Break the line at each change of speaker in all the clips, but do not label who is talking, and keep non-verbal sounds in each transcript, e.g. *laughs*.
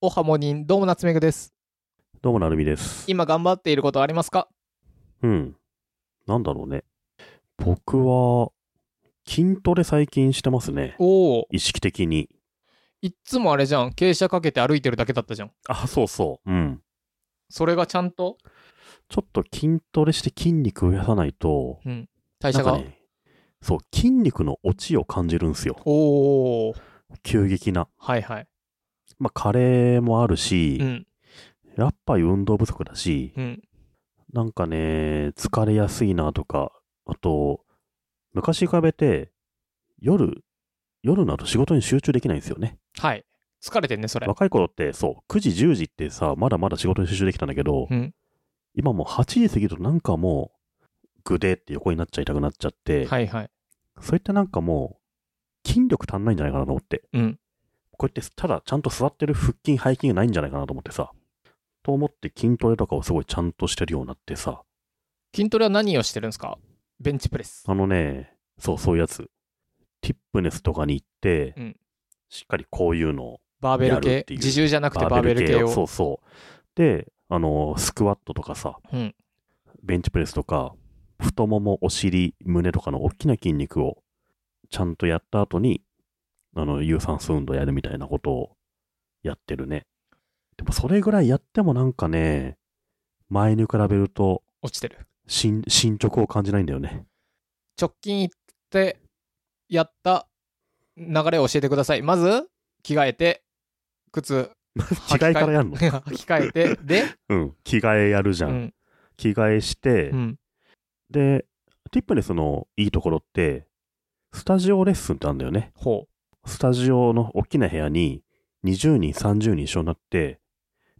おはもにん、どうもなつめぐです。
どうもなるみです。
今頑張っていることはありますか
うん。なんだろうね。僕は、筋トレ最近してますね。
おお、
意識的に。
いっつもあれじゃん。傾斜かけて歩いてるだけだったじゃん。
あ、そうそう。うん。
それがちゃんと
ちょっと筋トレして筋肉増やさないと、
代謝が。
なんかね、そう、筋肉の落ちを感じるんですよ。
おお、
急激な。
はいはい。
まあ、加齢もある
う
し、
ん、
やっぱり運動不足だし、
うん。
なんかね、疲れやすいなとか、あと、昔比べて、夜、夜など仕事に集中できないんですよね。
はい。疲れてんね、それ。
若い頃って、そう、9時、10時ってさ、まだまだ仕事に集中できたんだけど、
うん。
今もう8時過ぎるとなんかもう、ぐでって横になっちゃいたくなっちゃって、
はいはい。
そういったなんかもう、筋力足んないんじゃないかなと思って、
うん。
こうやって、ただちゃんと座ってる腹筋、背筋がないんじゃないかなと思ってさ、と思って筋トレとかをすごいちゃんとしてるようになってさ、
筋トレは何をしてるんですかベンチプレス。
あのね、そう、そういうやつ、ティップネスとかに行って、
うん
しっかりこういうのを、
バーベル
やる
系
っていう
自重じゃなくてバーベル系を。
そうそう。で、あの、スクワットとかさ、
うん。
ベンチプレスとか、太もも、お尻、胸とかの大きな筋肉をちゃんとやった後に、あの、有酸素運動やるみたいなことをやってるね。でもそれぐらいやってもなんかね、前に比べると
落ちてる。
進進捗を感じないんだ
*laughs*
よね。
直近行ってやった流れを教えてください。まず、着替えて、靴、
着替えからやるの
いや *laughs* 履き替えて、で、
うん。着替えや *laughs* るじ
う
ゃん。
ん。
着替えして、
うん。
で、ティップネスのいいところって、スタジオレッスンってあるんだよね。
ほ
スタジオの大きな部屋に20人、30人一緒になって、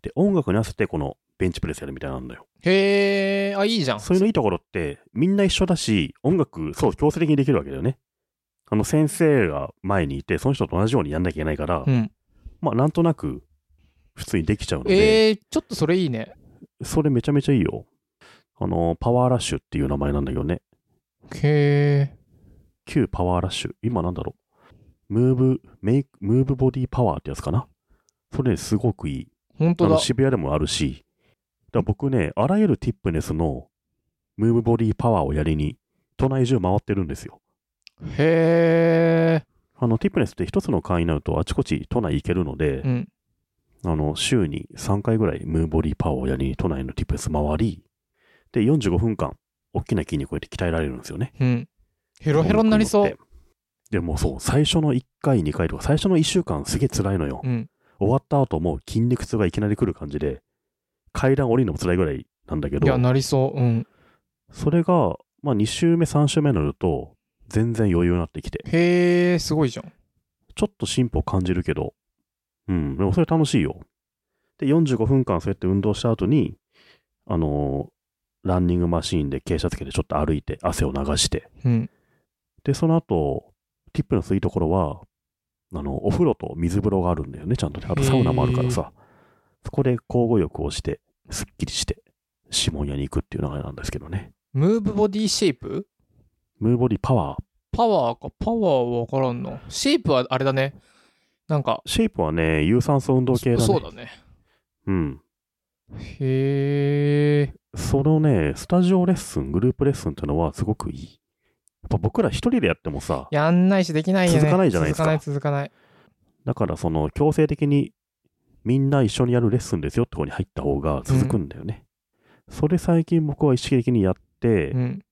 で、音楽に合わせてこのベンチプレスやるみたいなんだよ。
う。へえ、あ、いいじゃん。
そういうのいいところって、みんな一緒だし、音楽、そう、強制的にできるわけだよね。あの、先生が前にいて、その人と同じようにやんなきゃいけないから、
うん。
まあ、なんとなく、普通にできちゃうので、
えー、ちょっとそれいいね。
それめちゃめちゃいいよ。あの、パワーラッシュっていう名前なんだけどね。
へえ。
旧パワーラッシュ。今なんだろう。ムーブ、メイク、ムーブボディパワーってやつかな。それすごくいい。
本
あ
当
の
だ。
渋谷でもあるし、だから僕ね、あらゆるティップネスのムーブボディパワーをやりに、都内中回ってるんですよ。
へえ。
あの、ティップネスって一つの会員になるとあちこち都内行けるので
う、ん。
あの、週に3回ぐらいムーブボディパワーをやりに都内のティップネス回り、で、45分間、大きな筋肉をやって鍛えられるんですよね。
うん。ヘロヘロになりそ
この
う。
運動って。でもそう、最初の1回、2回とか、最初の1週間すげえ辛いのよ。
うん。
終わった後もう筋肉痛がいきなり来る感じで、階段降りるのも辛いぐらいなんだけど。
いや、なりそう。うん。
それが、まあ、2週目、3週目になると、全然余裕になってきて、
へえ、すごいじゃん。
ちょっと進歩を感じるけど、うん、でもそれ楽しいよ。で、45分間そうやって運動した後に、あのーランニングマシーンで傾斜つけてちょっと歩いて、汗を流して、
うん。
で、その後、ティップのいいところは、あの、お風呂と水風呂があるんだよね、ちゃんとね。あとサウナもあるからさ、そこで交互浴をして、すっきりして、指紋屋に行くっていう流れなんですけどね。
ムーブボディシェイプ
ムーボディパワー、
パワーか、パワーはわからんの。シェイプはあれだね。なんか、
シェイプはね、有酸素運動系だね。
そうだね。
うん。
へえ。
そのね、スタジオレッスン、グループレッスンってのはすごくいい。やっぱ僕ら一人でやってもさ、
やんないしできないよね。
続かないじゃないですか
続かない、
だからその強制的にみんな一緒にやるレッスンですよって方に入った方が続くんだよね。それ最近僕は意識的にやって、
続かない。うん。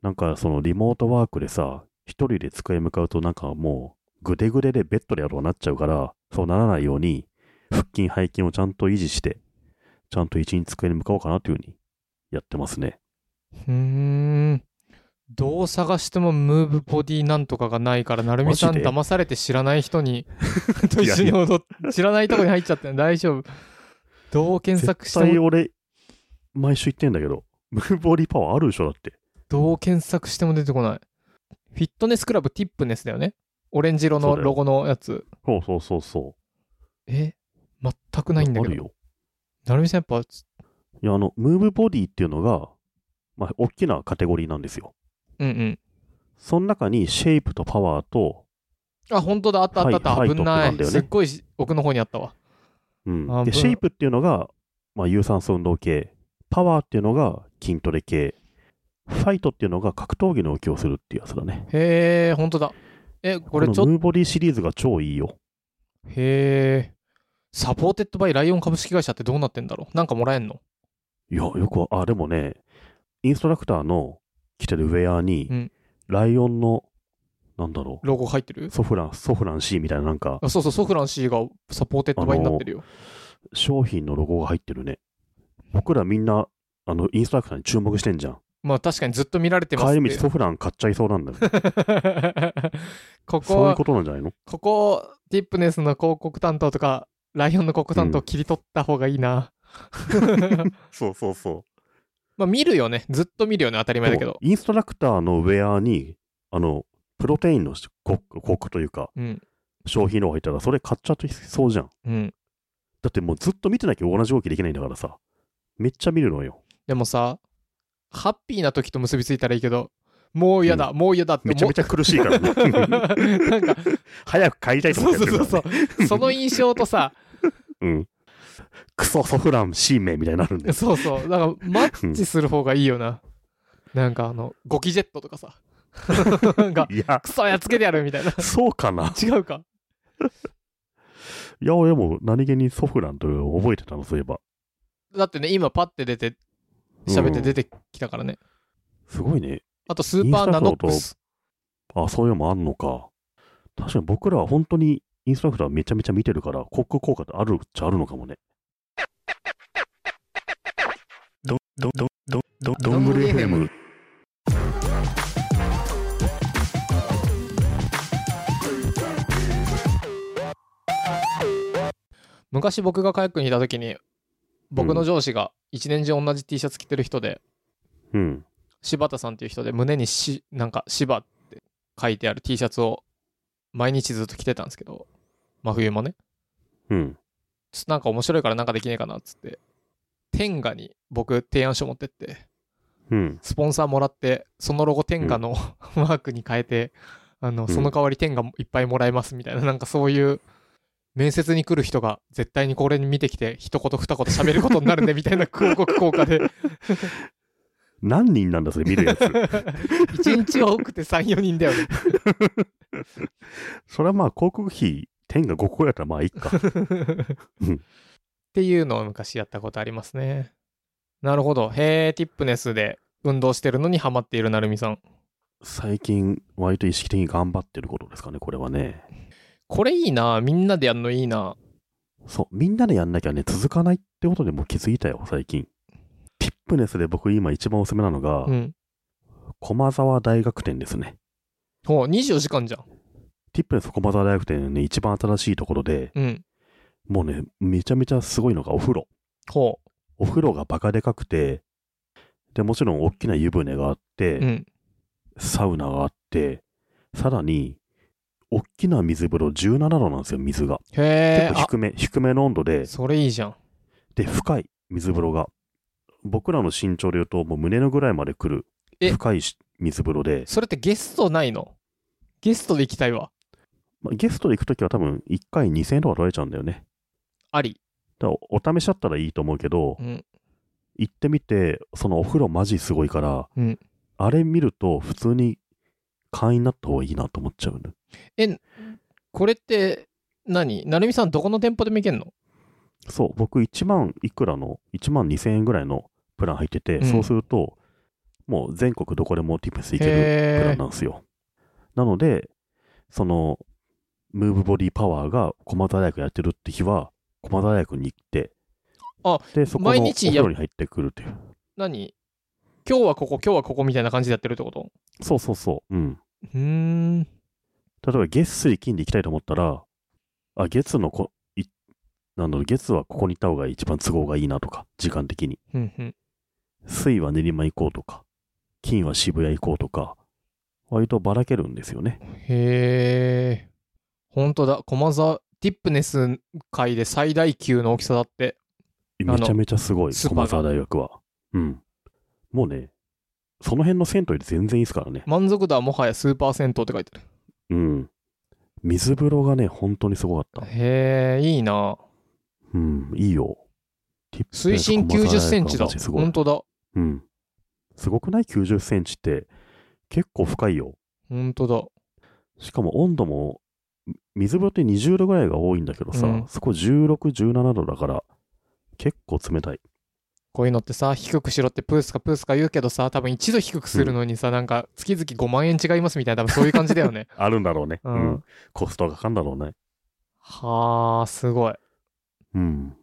なんかそのリモートワークでさ、一人で机向かうとなんかもうぐでぐででベッドでやろうなっちゃうから、そうならないように腹筋背筋をちゃんと維持して、ちゃんと一日机に向かおうかなというふうにやってますね。
うーん。どう探してもムーブボディなんとかがないから、なるみさん
マジで
騙されて知らない人
*laughs*
に、と
いや
一緒に踊っ知らないとこに入っちゃって大丈夫。どう検索して
絶対
も、
俺、毎週言ってんだけど、ムーボリーパワーあるでしょだって。
どう検索しても出てこない。フィットネスクラブティップネスだよね。オレンジ色
そ
の
うだよ
ロゴのやつ。
そうそうそうそ
え全く
う。
ないんだ
あ
け
る
ど。
よ。
なるみさんやっぱ、
いや、あの、ムーブボディっていうのが、まあ、大きなカテゴリーなんですよ。
うんうん。
その中に、シェイプとパワーと、
あ、本当だ。あったあったあった。
はい
危な
はい
い。
トップなんだよ
す
ね
っごいし奥の方にあったわ。
うん、
半
で
分
シェイプっていうのが、まあ、有酸素運動系パワーっていうのが筋トレ系ファイトっていうのが格闘技の動きをするっていうやつだね
へえ、本当だ。え、これちょ
の
っと、
ムーボディシリーズが超いいよ
へえ。サポーテッドバイライオン株式会社ってどうなってんだろうなんかもらえんの
いやよくあでもねインストラクターの着てるウェアに、
うん
ライオンのなんだろ
ロゴ入ってる
うソフランソフラン C みたいななんか
あそうそう、ソフラン C がサポーテッドバイになってるよ。
商品のロゴが入ってるね僕らみんなあのインストラクターに注目してんじゃん
まあ確かにずっと見られてます
帰
っ
り
て
道ソフラン買っちゃいそうなん
*laughs*
だよね
ここ
そういう
は、
ことなんじゃないの
ここ、ティップネスの広告担当とか、ライオンの広告担当切り取った方がいいな。
そうそうそう
まあ見るよね。ずっと見るよね。当たり前だけど
でも。インストラクターのウェアに、あの、プロテインのコッコックというか、
うん。
商品の方がいたら、それ買っちゃってそうじゃん。
うん。
だってもうずっと見てなきゃ同じ動きできないんだからさ。めっちゃ見るのよ。
でもさ、ハッピーな時と結びついたらいいけど、もう嫌だ、もう嫌だって
めちゃめちゃ苦しいからね。
*laughs* なんか、
早く買いたいと
そ
思
う
って
そ
やってる
う
から、
そ
ね。
うそう。
*laughs*
その印象とさ、
うん。クソソフラン C 名みたいになるんだよ。
そうそう。だから、マッチする方がいいよな。なんかあの、ゴキジェットとかさ。 *laughs* なんか、
いや、
クソやっつけてやるみたいな。
そうかな。
違うか。
いや、俺も何気にソフランというのを覚えてたの、そういえば。
だってね、今パッて出て、喋って出てきたからね。
すごいね。
あと、スーパーナノックス。
あ、そういうのもあんのか。確かに僕らは本当にインストラクターめちゃめちゃ見てるから、コック効果ってあるっちゃあるのかもね。ど、ど、ど、ど、ど、
どんぶり FM。昔僕がカヤックにいた時に僕の上司が一年中同じ T シャツ着てる人で、
うん。
柴田さんっていう人で胸にしなんか「柴」って書いてある T シャツを毎日ずっと着てたんですけど真冬もね
うん。
ちょっとなんか面白いからなんかできねえかなっつって天下に僕提案書持ってって
うん。
スポンサーもらってそのロゴ天下の、 *laughs* マークに変えてあの
ん
その代わり天下いっぱいもらえますみたいななんかそういう面接に来る人が絶対にこれに見てきて一言二言喋ることになるねみたいな広告効果
*laughs*
で
何人なんだ、それ見るやつ。
一日は多くて34人だよね
それはまあ、広告費、天が5個やったらまあ、いいか。うん
っていうのを昔やったことありますね。なるほど。へえ、ティップネスで運動してるのにハマっているなるみさん。
最近、割と意識的に頑張ってることですかね、これはね。
これいいな。みんなでやるのいいな。
そう、みんなでやんなきゃね、続かないってことでもう気づいたよ、最近。ティップネスで僕今一番おすすめなのが、
うん。
駒沢大学店ですね。
ほう、24時間じゃん。
ティップネス駒沢大学店ね、一番新しいところで、
うん。
もうね、めちゃめちゃすごいのがお風呂。
ほ
お風呂がバカでかくて、で、もちろん大きな湯船があって、
う。うん。
サウナがあって、さらに、大きな水風呂17度なんですよ、水が。
へえ
結、構
あ、
低め、低めの温度で、
それいいじゃん。
で、深い水風呂が。僕らの身長で言うと、もう胸のぐらいまで来る、
え
深いし水風呂で、
それってゲストないのゲストで行きたいわ。
まあ、ゲストで行くときは多分1回2000円とか取られちゃうんだよね。
あり。
だからおお試しだったらいいと思うけど、
うん。
行ってみて、そのお風呂マジすごいから、
うん
あれ見ると普通に会員になった方がいいなと思っちゃうね。
これって何、なるみさんどこの店舗でも行けんの
そう、僕1万いくらの、1万2000円ぐらいのプラン入ってて、
うん
そうすると、もう全国どこでもティップス行けるプラ
へ
ンな
え。
んですよ。なので、その、ムーブボディパワーが駒沢大学やってるって日は、駒沢大学に行って、
あ
で、そこのお
毎日
風
や
呂に入ってくるっていう。
何今日はここ、今日はここみたいな感じでやってるってこと
そうそうそう。うん。
うーん。
例えば月水金で行きたいと思ったら、あ、月のこ、いなんだろう、月はここに行った方が一番都合がいいなとか、時間的に。
うんうん。
水は練馬行こうとか、金は渋谷行こうとか、割とばらけるんですよね。
へえ。本当だ。駒沢ティップネス界で最大級の大きさだって。の
めちゃめちゃすごい、
スーパーが
駒沢大学は。うん。もうね、その辺の銭湯より全然いいですからね。
満足度はもはやスーパー銭湯って書いてある。
うん。水風呂がね、本当にすごかった。
へえ、いいな。
うん、いいよ。ティップ
水深90センチだ。
細かいからマジすごい
本当だ。
うん。すごくない ?90 センチって結構深いよ。
本当だ。
しかも温度もみ水風呂って20度ぐらいが多いんだけどさ、
うん
そこ16、17度だから結構冷たい。。
こういうのってさ、低くしろってプースかプースか言うけどさ、多分一度低くするのにさ、なんか月々5万円違いますみたいな、多分そういう感じだよね
あるんだろうね。
う
*laughs* うんん。コストがかかんだろうね。
はあ、すごい。行
うん。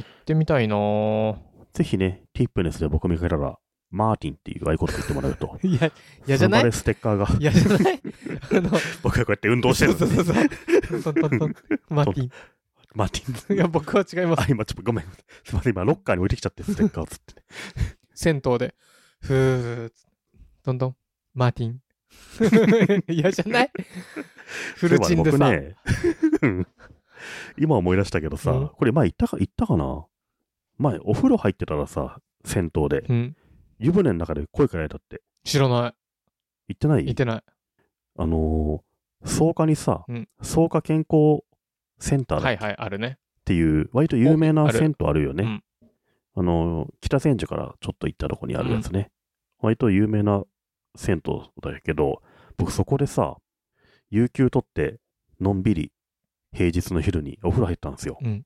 ってみたいなぁ。
ぜひね、ティップネスで僕見かけたら、マーティンっていう合言葉言ってもらうと
*laughs* いや、嫌じゃな
その場
い
でステッカーが、
嫌じゃないあの、
*laughs* 僕がこうやって運動してるんで
そうそうそうそう。トントントンマーティ
マーティ
ン。
ン。
いや、僕は違います。
あ、今ちょっとごめん。すいません、今ロッカーに置いてきちゃって、ステッカーをつってね。
銭湯で、ふーっつって、どんどん、マーティン。
*laughs*
嫌じゃないフルチンでさ、
そういえば僕ねうん *laughs* 今思い出したけどさ、
うん
これ前行ったか、行ったかな前、お風呂入ってたらさ、銭湯で、
うん、
湯船の中で声かけられたって。
知らな
行ってない
い。いてない。
あのー草加にさ、
うん
草加健康センターだ
は
っ
いはい、あるね。
ていう、割と有名
お
な
ある
銭湯あるよね。
うん
あのー北千住からちょっと行ったとこにあるやつね。割と有名な銭湯だけど、僕そこでさ、有給取って、のんびり平日の昼にお風呂入ったんですよ。
うん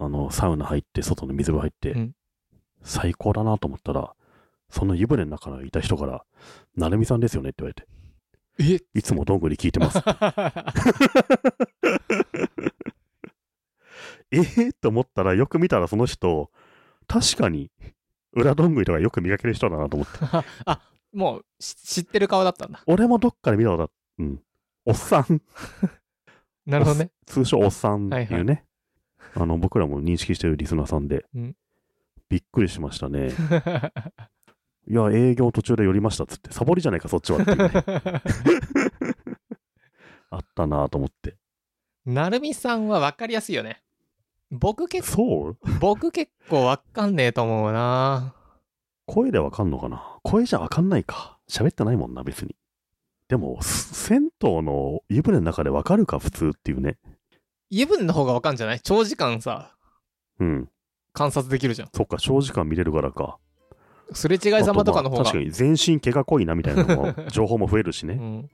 あの、サウナ入って、外の水風呂入って、
うん
最高だなと思ったら、その湯船の中にいた人から、なるみさんですよねって言われ
え
て、いつもどんぐり聞いてます。えー、と思ったら、よく見たらその人、確かに、裏どんぐりとかよく見かける人だなと思って。
あ、 *laughs* もうし知ってる顔だったんだ。
俺もどっかで見たことあった。うん。おっさん、
なるほどね。
通称おっさんっていうね。
はい
あの、僕らも認識してるリスナーさんで、
うん
びっくりしましたね。いや、営業途中で寄りましたっつって、サボりじゃないか、そっちはっていう
*laughs*
ねあったなと思って。
*laughs* なるみさんは分かりやすいよね。僕結
そう
僕結構分かんねえと思うな。
声でわかんのかな声じゃわかんないか。喋ってないもんな、別に。でも、す銭湯の湯船の中でわかるか、普通っていうね。
湯分の方が分かんじゃない長時間さ、
うん。
観察できるじゃん。
そっか、長時間見れるからか。
すれ違い様とかの方
あま
が
あ確か。に、全身毛が濃いな、みたいなの
*laughs*
も、情報も増えるし
う
ね。
ん、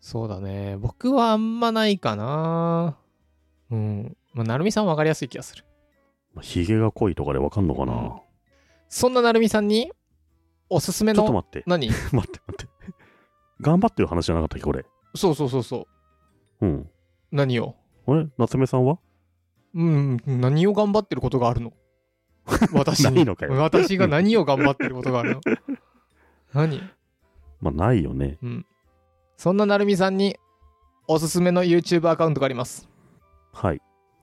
そうだね僕はあんまないかなうん、まあ、なるみさんは分かりやすい気がする
髭が濃いとかでわかんのかな、
うんそんななるみさんにおすすめ
ちょっと
の
待って。 *laughs*
何
待って、待って。頑張ってる話じゃなかったっけ、これ。
そうそうそうそう
うん。
何を
あれ夏目さんは
うん何を頑張ってることがあ
*laughs*
るの私に
ないのかよ
私が何を頑張ってることがあ
*laughs*
るの何
まあ、ないよね。
そんななるみさんにおすすめの YouTube アカウントがあります
はい。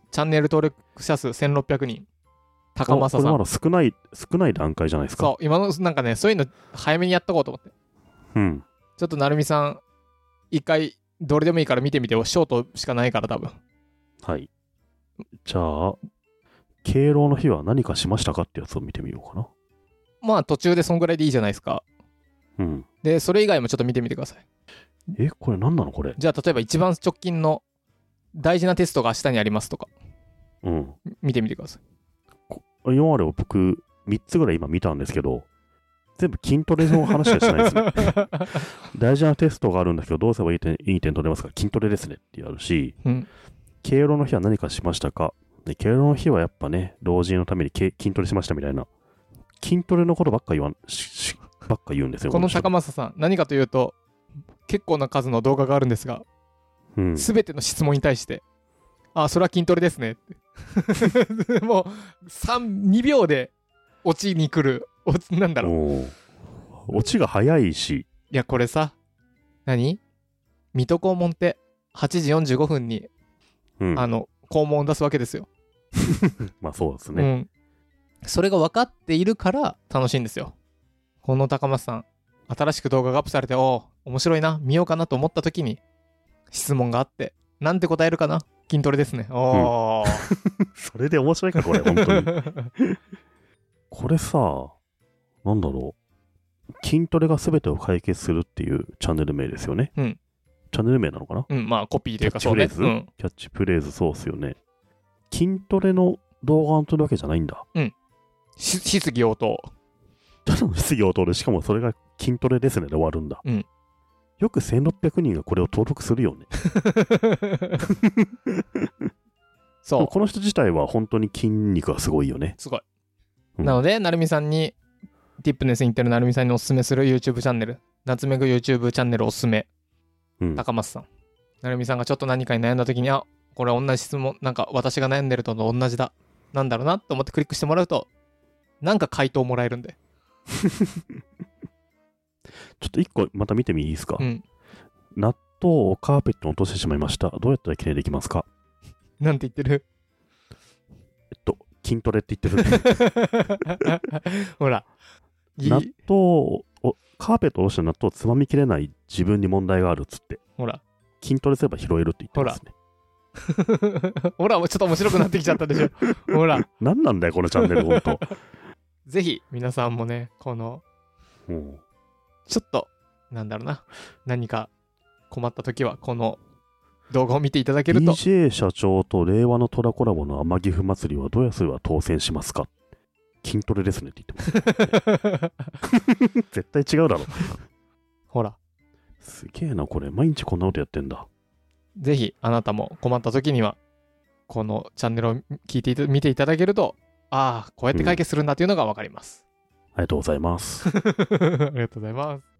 チャンネル登録者数1600人高
お
政
こ
さ
れ
ん
まだ少ない、少ない段階じゃないですか。
そう今のなんかねそういうの早めにやっとこうと思って
うん。
ちょっとなるみさん、一回、どれでもいいから見てみてよ。ショートしかないから、多分。
はい。じゃあ、敬老の日は何かしましたかってやつを見てみようか
まあ、途中でそんぐらいでいいじゃないですか。
な。うん。
で、それ以外もちょっと見てみてください。
え、これ何なのこれ。
じゃあ、例えば一番直近の大事なテストが明日にありますとか、
うん。
見てみてください。
今まで僕、3つぐらい今見たんですけど、全部筋トレの話はしないですね。
*laughs*
大事なテストがあるんだけど、どうすればいい点いい点取れますか筋トレですねってやるし、
うん
敬老の日は何かしましたかで敬老の日はやっぱね、老人のためにけ筋トレしましたみたいな。筋トレのことばっか言わん、ししばっか言うんですよ。
この
人
高政さん、何かというと、結構な数の動画があるんですが、
うん。
すべ、ての質問に対して、あ、それは筋トレですね。 *laughs* もう、3、2秒で、落ちに来る、落ちなんだろう。
おーオチが早いし、
いやこれさ何水戸黄門って8時45分に、
うん、
あの肛門を出すわけですよ、
まあそうです
う
ね。
ん、それが分かっているから楽しいんですよこの高松さん新しく動画がアップされておお面白いな見ようかなと思った時に質問があってなんて答えるかな筋トレですねおお、
それで面白いか、これ、本当に。これさ、なんだろう。筋トレが全てを解決するっていうチャンネル名ですよね。
うん
チャンネル名なのか
*laughs*
な
うん、まあコピーと
キ
い
ャ
うか
ッチ
そう
フレ
ね
ーズ、
うん、
キャッチフレーズそうっすよね。筋トレの動画を撮るわけじゃないんだ。 *laughs*
し質疑応答。
ただの質疑応答で、しかもそれが筋トレですねで終わるんだ。
うん
よく1600人がこれを登録するよね。でも
そ
この人自体は本当に筋肉がすごいよね。
う、すごい。
うん
なので、なるみさんに、ティップネスに行ってるなるみさんにおすすめする YouTube チャンネル、夏めぐ YouTube チャンネルおすすめ、
うん。
高松さん。なるみさんがちょっと何かに悩んだ時に、あ、これ同じ質問、なんか私が悩んでるとのと同じだ。なんだろうなと思ってクリックしてもらうと、なんか回答もらえるんで。
ちょっと一個また見てみいいですか、
うん。
納豆をカーペットに落としてしまいました。どうやったら綺麗にできますか
なんて言ってる *laughs*
えっと、筋トレって言ってるね。
ほら。いい
納豆を、カーペットを落として納豆をつまみきれない自分に問題があるっつって、
ほら。 *laughs*
筋トレすれば拾えるって言ってますね。
ほら、ちょっと面白くなってきちゃったでしょ。ほら。
何なんだよ、このチャンネル、本
*laughs*
当。
ぜひ、皆さんもね、この、
うん
ちょっと、なんだろうな、何か困った時は、この動画を見ていただけると、
DJ 社長と令和の虎コラボの天城府祭りはどうやすれば当選しますか筋トレですねって言ってます。絶対違うだろ。
*laughs* ほら、
すげえな、これ。毎日こんなことやってんだ。
ぜひ、あなたも困った時には、このチャンネルを聞いていた見ていただけると、 *laughs* ああ、こうやって解決するんだというのがわかります。
ありがとうございます。
ありがとうございます。